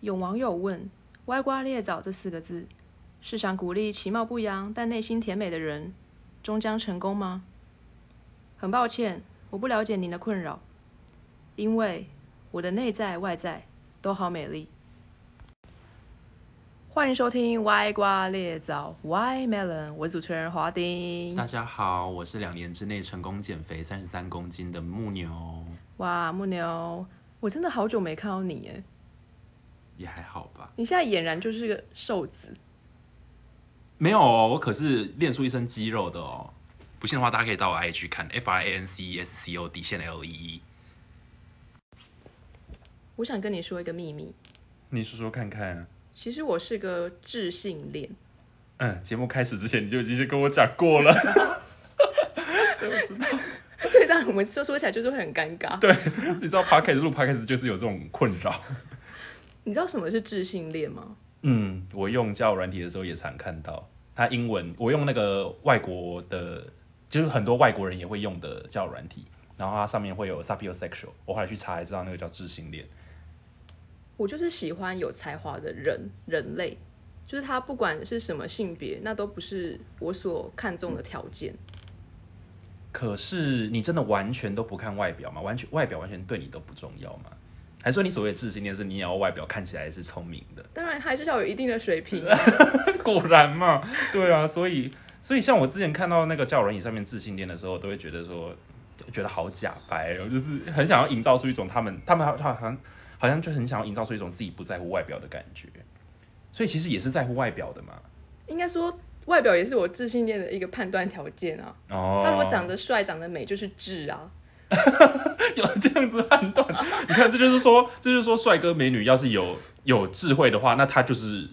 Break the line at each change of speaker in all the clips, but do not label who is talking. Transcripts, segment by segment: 有网友问：“歪瓜裂枣”这四个字，是想鼓励其貌不扬但内心甜美的人，终将成功吗？很抱歉，我不了解您的困扰，因为我的内在外在都好美丽。欢迎收听歪瓜裂枣 （Y Melon），我是主持人华丁。
大家好，我是两年之内成功减肥三十三公斤的木牛，
哇，木牛，我真的好久没看到你耶！
也还好吧。
你现在俨然就是个瘦子。
没有哦，我可是练出一身肌肉的哦。不信的话，大家可以到我 IG 看 F R A N C E S C O 底线 L E E。
我想跟你说一个秘密，
你说说看看。啊
其实我是个智性恋。
嗯，节目开始之前你就已经先跟我讲过了。
对，这样我们说说起来就是会很尴尬。
对，你知道 podcast 录 podcast 就是有这种困扰。
你知道什么是智性恋吗？
嗯，我用交友软体的时候也常看到，它英文我用那个外国的，就是很多外国人也会用的交友软体，然后它上面会有 sapiosexual，我后来去查才知道那个叫智性恋。
我就是喜欢有才华的人，人类，就是他不管是什么性别，那都不是我所看重的条件。
可是你真的完全都不看外表吗？完全外表完全对你都不重要吗？还是说你所谓的智性恋是你也要外表看起来是聪明的？
当然，还是要有一定的水 平。
果然嘛，对啊，所以所以像我之前看到那个交友软体上面自信恋的时候，我都会觉得说，觉得好假白哦，就是很想要营造出一种他们他们好好像好像就很想要营造出一种自己不在乎外表的感觉，所以其实也是在乎外表的嘛。
应该说，外表也是我智性恋的一个判断条件啊。
哦
他如果长得帅、长得美，就是智啊。
有这样子判断，你看这就是说，这就是说，帅哥美女要是有有智慧的话，那他就是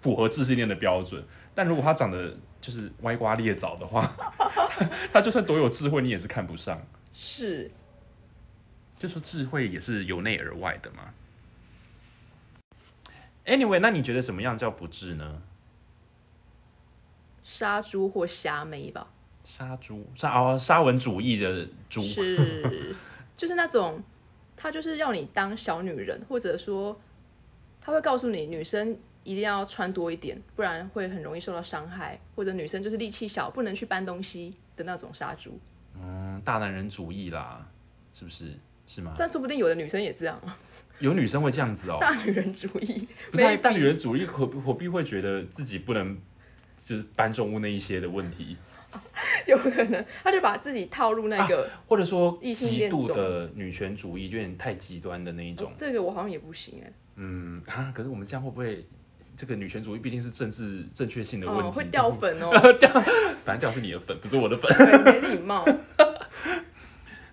符合自信恋的标准。但如果他长得就是歪瓜裂枣的话， 他就算多有智慧，你也是看不上。
是，
就说智慧也是由内而外的嘛。Anyway，那你觉得什么样叫不智呢？
杀猪或虾妹吧，
杀猪杀哦，沙文主义的猪，
是，就是那种，他就是要你当小女人，或者说，他会告诉你女生一定要穿多一点，不然会很容易受到伤害，或者女生就是力气小，不能去搬东西的那种杀猪。
嗯，大男人主义啦，是不是？是吗？
但说不定有的女生也这样，
有女生会这样子哦，
大女人主义。
不是啊
maybe
大女人主义何必何必会觉得自己不能就是搬重物那一些的问题，
有可能，他就把自己套入那个，
或者说
异性
极
恋
度
种
的女权主义，有点太极端的那一种。
这个我好像也不行哎、
嗯啊，可是我们这样会不会这个女权主义毕竟是政治正确性的问题，
哦，会掉粉 哦，
反正掉是你的粉，不是我的粉。
对没礼貌。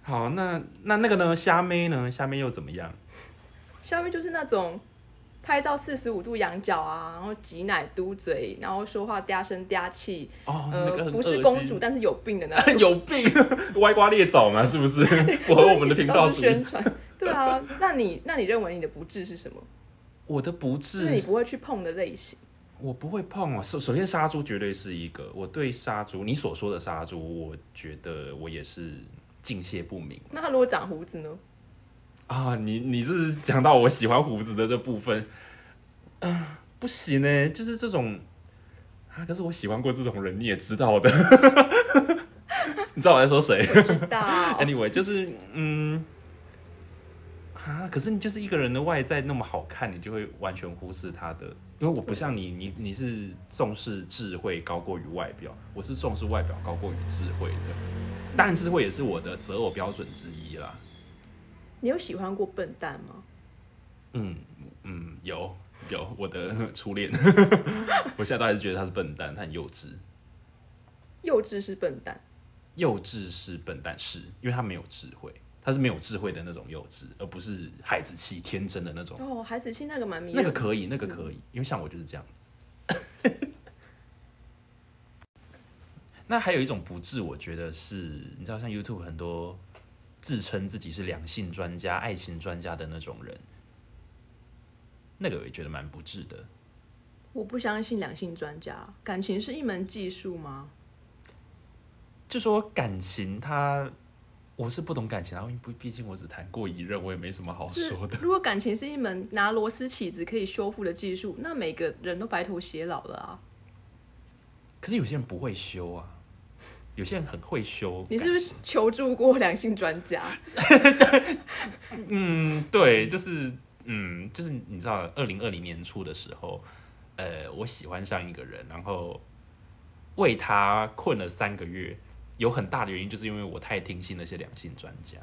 好，那那那个呢？虾妹呢？虾妹又怎么样？
下面就是那种拍照四十五度仰角啊，然后挤奶嘟嘴，然后说话嗲声嗲气，
哦，那个
呃，
很
不
恶
是
心
公主，，但是有病的那种。
有病，歪瓜裂枣嘛，是 不是？符合我们的频道
都是
主义。
宣 传。对啊，那你那你认为你的不智是什么？
我的不
就是你
智，
不会去碰的类型。
我不会碰哦。首首先，杀猪绝对是一个，我对杀猪，你所说的杀猪，我觉得我也是敬谢不明。
那他如果长胡子 呢？
啊，你你这是讲到我喜欢胡子的这部分，啊、呃不行呢、欸就是这种啊，可是我喜欢过这种人，你也 知道的， 你知道我在说谁
不知道，
？Anyway，就是嗯，啊，可是你就是一个人的外在那么好看，你就会完全忽视他的，因为我不像你，你你是重视智慧高过于外表，我是重视外表高过于智慧的，当然智慧也是我的择偶标准之一啦。
你有喜欢过笨蛋吗？
嗯嗯，有有我的 初恋，我现在都还是觉得他是笨蛋，他很幼稚，
幼稚是笨蛋，
幼稚是笨蛋是，因为他没有智慧，他是没有智慧的那种幼稚，而不是孩子气天真的那种。
哦，孩子气那个蛮迷
那
人
个
的。
可以，那个可以，
嗯
因为像我就是这样子。 那还有一种不智，我觉得是，你知道，像 YouTube 很多自称自己是两性专家、爱情专家的那种人，那个我也觉得蛮不智的。
我不相信两性专家，感情是一门技术吗？
就说感情它我是不懂感情啊，因为不，毕竟我只谈过一任，我也没什么好哦说的。
如果感情是一门拿螺丝起子可以修复的技术，那每个人都白头偕老了啊！
可是有些人不会修啊，有些人很会修。
你是不是求助过两性专家？
嗯，对，就是嗯，就是你知道，二零二零年初的时候，呃，我喜欢上一个人，然后为他困了三个月，有很大的原因就是因为我太听信那些两性专家，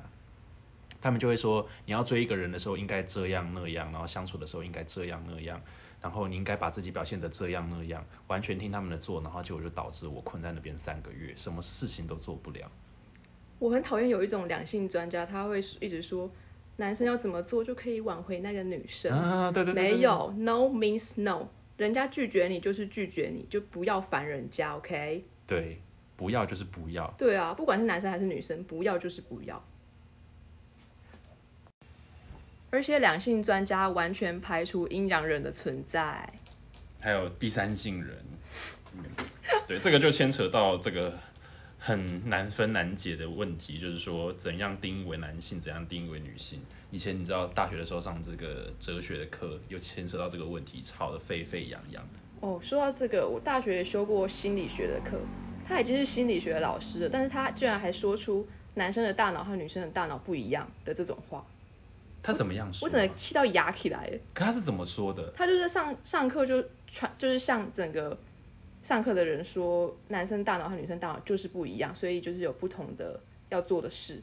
他们就会说你要追一个人的时候应该这样那样，然后相处的时候应该这样那样，然后你应该把自己表现得这样那样，完全听他们的做，然后结果就导致我困在那边三个月，什么事情都做不了。
我很讨厌有一种两性专家，他会一直说男生要怎么做就可以挽回那个女生。
啊，对对对对
没有，no means no，人家拒绝你就是拒绝你，就不要烦人家，OK？
对，不要就是不要。
对啊，不管是男生还是女生，不要就是不要。而且两性专家完全排除阴阳人的存在。
还有第三性人，嗯对，这个就牵扯到这个很难分难解的问题，就是说怎样定义为男性，怎样定义为女性。以前你知道大学的时候上这个哲学的课，又牵扯到这个问题，吵得沸沸扬扬。
哦，说到这个，我大学修过心理学的课，他已经是心理学老师了，但是他居然还说出男生的大脑和女生的大脑不一样的这种话，
他怎么样说
我
啊？
整个气到牙起来了。
可他是怎么说的？
他就是上上课就传，就是向整个上课的人说，男生大脑和女生大脑就是不一样，所以就是有不同的要做的事。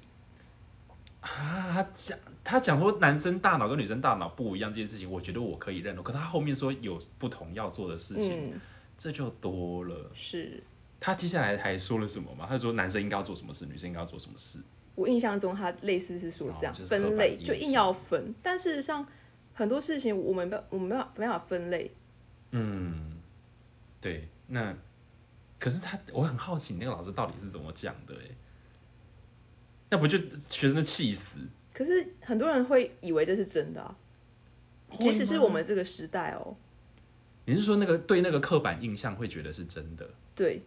啊，他讲他讲说男生大脑跟女生大脑不一样这件事情，我觉得我可以认同。可是他后面说有不同要做的事情，
嗯，
这就多了。
是
他接下来还说了什么吗？他说男生应该要做什么事，女生应该要做什么事。
我印象中他类似是说这样、
哦就是刻板
分类，
印
就
象
硬要分，但事实上很多事情我们没有我们没有没办法分类。
嗯，对，那可是他，我很好奇那个老师到底是怎么讲的哎，那不就学生气死？
可是很多人会以为这是真的啊，即使是
会吗
我，们这个时代哦，
你是说那个对那个刻板印象会觉得是真的？
对，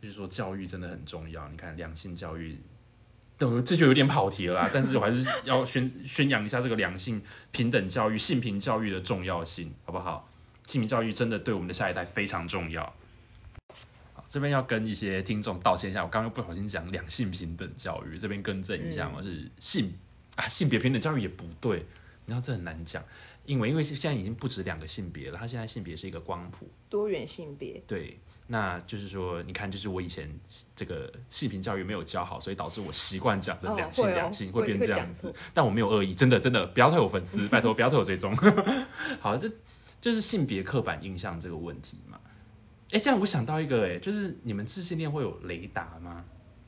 就是说教育真的很重要，你看良性教育，等这就有点跑题了啦，但 是我还是要宣宣扬一下这个良性平等教育、性平教育的重要性，好不好？性平教育真的对我们的下一代非常重要。好这边要跟一些听众道歉一下，我刚刚不小心讲两性平等教育，这边更正一下，我、是性啊性别平等教育也不对，你知道这很难讲，因为因为现在已经不止两个性别了，它现在性别是一个光谱，
多元性别，
对，那就是说，你看，就是我以前这个性平教育没有教好，所以导致我习惯讲成
哦
两性
会哦
两性，
会
变这
会
样
讲
子
错。
但我没有恶意，真的真的，不要退我粉丝，拜托不要退我追踪。 好，这就是性别刻板印象这个问题嘛。哎、这样我想到一个、哎，就是你们自信恋会有雷达吗？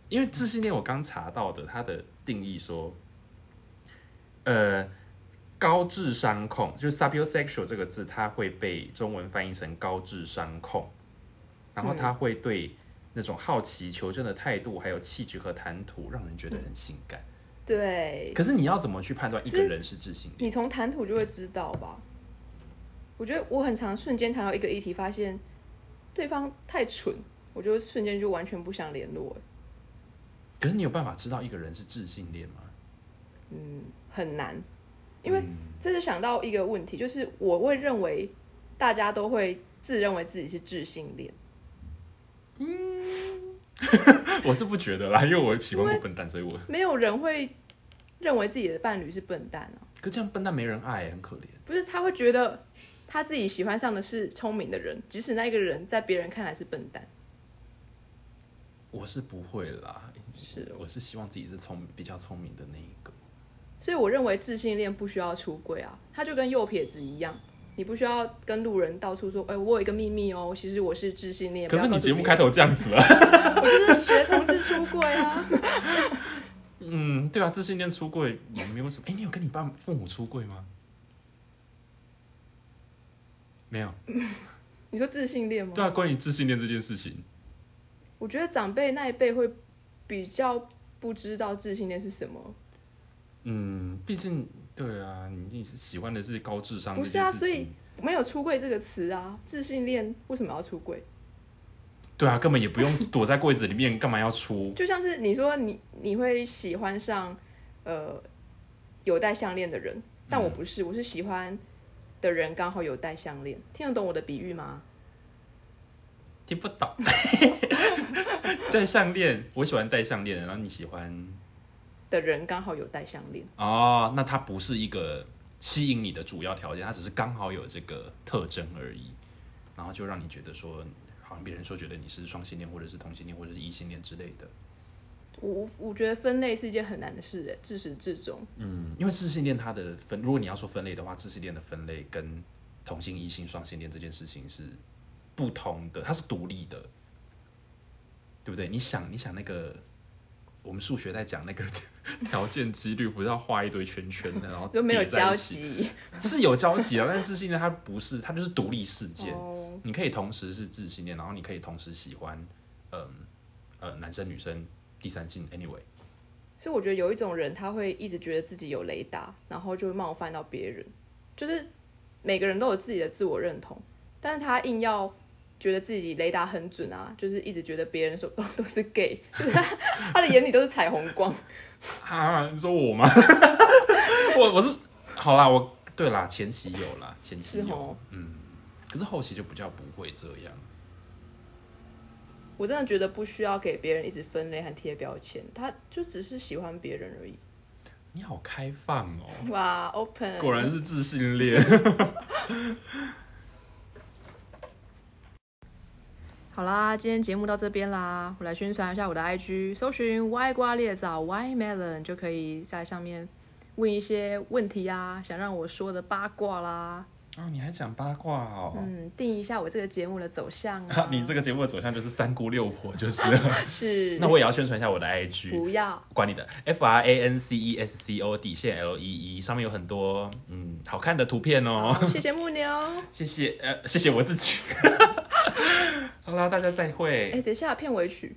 因为自信恋我刚查到的，它的定义说，呃，高智商控，就是 sapiosexual 这个字，它会被中文翻译成高智商控，然后它会对那种好奇求真的态度，还有气质和谈吐，让人觉
嗯
得很性感。
对，
可是你要怎么去判断一个
是
人是自信恋？
你从谈吐就会知道吧？我觉得我很常瞬间谈到一个议题，发现对方太蠢，我就瞬间就完全不想联络了，
可是你有办法知道一个人是自信恋吗？
很难。因为这就想到一个问题，就是我会认为大家都会自认为自己是智性恋，
我是不觉得啦，因为我喜欢过笨蛋，所以我
没有人会认为自己的伴侣是笨蛋啊，
可这样笨蛋没人爱、很可怜。
不是他会觉得他自己喜欢上的是聪明的人，即使那个人在别人看来是笨蛋，
我是不会啦，
是哦
我是希望自己是聪明比较聪明的那一个。
所以我认为自信恋不需要出柜啊，他就跟右撇子一样，你不需要跟路人到处说，哎、我有一个秘密哦，其实我是自信恋。
可
不
是
要
你
告诉
节目
别
开
人，
头这 样子啊，
我就是学同志出柜啊。
嗯，对啊，自信恋出柜也没有什么。哎、你有跟你爸父母出柜吗？没有。
你说自信恋吗？
对啊，关于自信恋这件事情，
我觉得长辈那一辈会比较不知道自信恋是什么，
嗯，毕竟对啊，你你是喜欢的是高智商这
不
件
是
事
啊
情，
所以没有出柜这个词啊。自信恋为什么要出柜？
对啊，根本也不用躲在柜子里面，干嘛要出？
就像是你说你你会喜欢上呃有戴项链的
嗯
人，但我不是，我是喜欢的人刚好有戴项链，听得懂我的比喻吗？
听不 懂。戴项链，我喜欢戴项链，然后你喜欢
的人刚好有戴项链，
哦，那它不是一个吸引你的主要条件，它只是刚好有这个特征而已，然后就让你觉得说，好像别人说觉得你是双性恋或者是同性恋或者是异性恋之类的。
我我觉得分类是一件很难的事，哎，自始至终。
嗯，因为自性恋它的分，如果你要说分类的话，自性恋的分类跟同性、异性、双性恋这件事情是不同的，它是独立的，对不对？你想，你想那个，我们数学在讲那个 条件几率，不是要画一堆圈圈的，然后
就没有
叠在
交
一起，
集
是有交集啊，但是自性恋它不是，它就是独立事件。
哦，
你可以同时是自性恋，然后你可以同时喜欢，嗯呃男生女生第三性，anyway，
所以我觉得有一种人，他会一直觉得自己有雷达，然后就会冒犯到别人。就是每个人都有自己的自我认同，但是他硬要觉得自己雷达很准啊，就是一直觉得别人说 都都是 gay，就是他他的眼里都是彩虹光。
啊，你说我吗？ 我我是好啦，我对啦，前期有啦，前期
是
有，
哦
嗯，可是后期就比较不会这样。
我真的觉得不需要给别人一直分类和贴标签，他就只是喜欢别人而已。
你好开放 哦，
哇，open，
果然是自信恋。
好啦，今天节目到这边啦，我来宣传一下我的 IG，搜寻歪瓜裂枣 Y Melon 就可以在上面问一些问题啊，想让我说的八卦啦，
哦，你还讲八卦哦？
嗯，定一下我这个节目的走向啊
啊， 你这个节目的走向就是三姑六婆，就是。
是
那我也要宣传一下我的 IG，
不要
管理的 F R A N C E S C O 底线 L E E，上面有很多嗯好看的图片哦。
好谢谢木 牛，
谢谢呃，谢谢我 自己。好啦，大家再
哎、
会。
等一下片尾曲，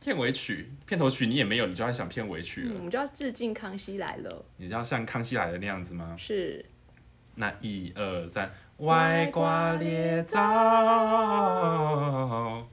片尾曲、片头曲你也没有，你就要想片尾曲
嗯
了。
我们就要致敬康熙来了，
你要像康熙来了那样子吗？
是
那一二三，歪瓜裂枣。